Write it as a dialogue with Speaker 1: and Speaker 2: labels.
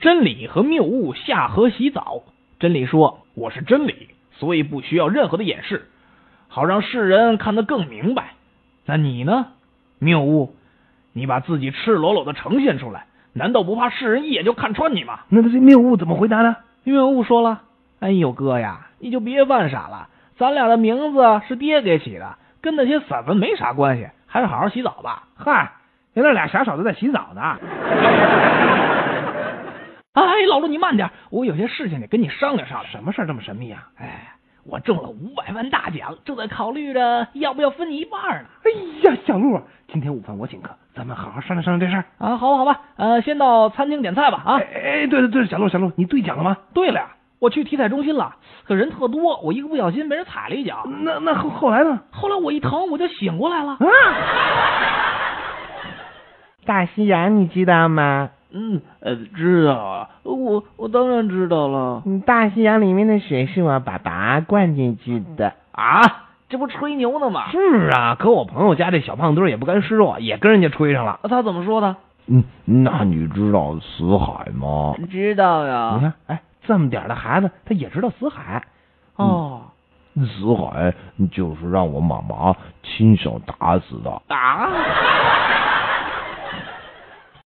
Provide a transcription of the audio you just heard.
Speaker 1: 真理和谬误下河洗澡。真理说：“我是真理，所以不需要任何的掩饰，好让世人看得更明白。”那你呢？谬误，你把自己赤裸裸的呈现出来，难道不怕世人一眼就看穿你吗？
Speaker 2: 那这谬误怎么回答呢？
Speaker 1: 谬误说了：“哎呦哥呀，你就别犯傻了，咱俩的名字是爹给起的，跟那些散文没啥关系，还是好好洗澡吧。”
Speaker 2: 嗨，人那俩傻小子在洗澡呢。
Speaker 1: 哎，老陆你慢点，我有些事情得跟你商量商量。
Speaker 2: 什么事儿这么神秘啊？
Speaker 1: 哎，我中了五百万大奖，正在考虑着要不要分你一半呢。
Speaker 2: 哎呀，小鹿啊，今天午饭我请客，咱们好好商量商量这事儿。
Speaker 1: 啊，好吧好吧，呃，先到餐厅点菜吧啊。
Speaker 2: 哎哎，对对对，小鹿小鹿，你兑奖了吗？
Speaker 1: 对了呀，我去体彩中心了，可人特多，我一个不小心被人踩了一脚。
Speaker 2: 那那后后来呢？
Speaker 1: 后来我一疼，我就醒过来了。
Speaker 3: 嗯
Speaker 2: 啊！
Speaker 4: 大西洋，你知道吗？
Speaker 3: 嗯，呃，知道啊，我我当然知道了。
Speaker 4: 嗯大西洋里面的水是我爸爸灌进去的。
Speaker 1: 啊，这不吹牛呢吗？
Speaker 2: 是啊，可我朋友家这小胖墩儿也不甘示弱，也跟人家吹上了。
Speaker 1: 啊他怎么说的？
Speaker 2: 嗯，那你知道死海吗？
Speaker 3: 知道
Speaker 2: 你
Speaker 3: 呀。
Speaker 2: 看，哎，这么点儿的孩子，他也知道死海。
Speaker 1: 哦，
Speaker 2: 死海就是让我妈妈亲手打死的。
Speaker 1: 啊。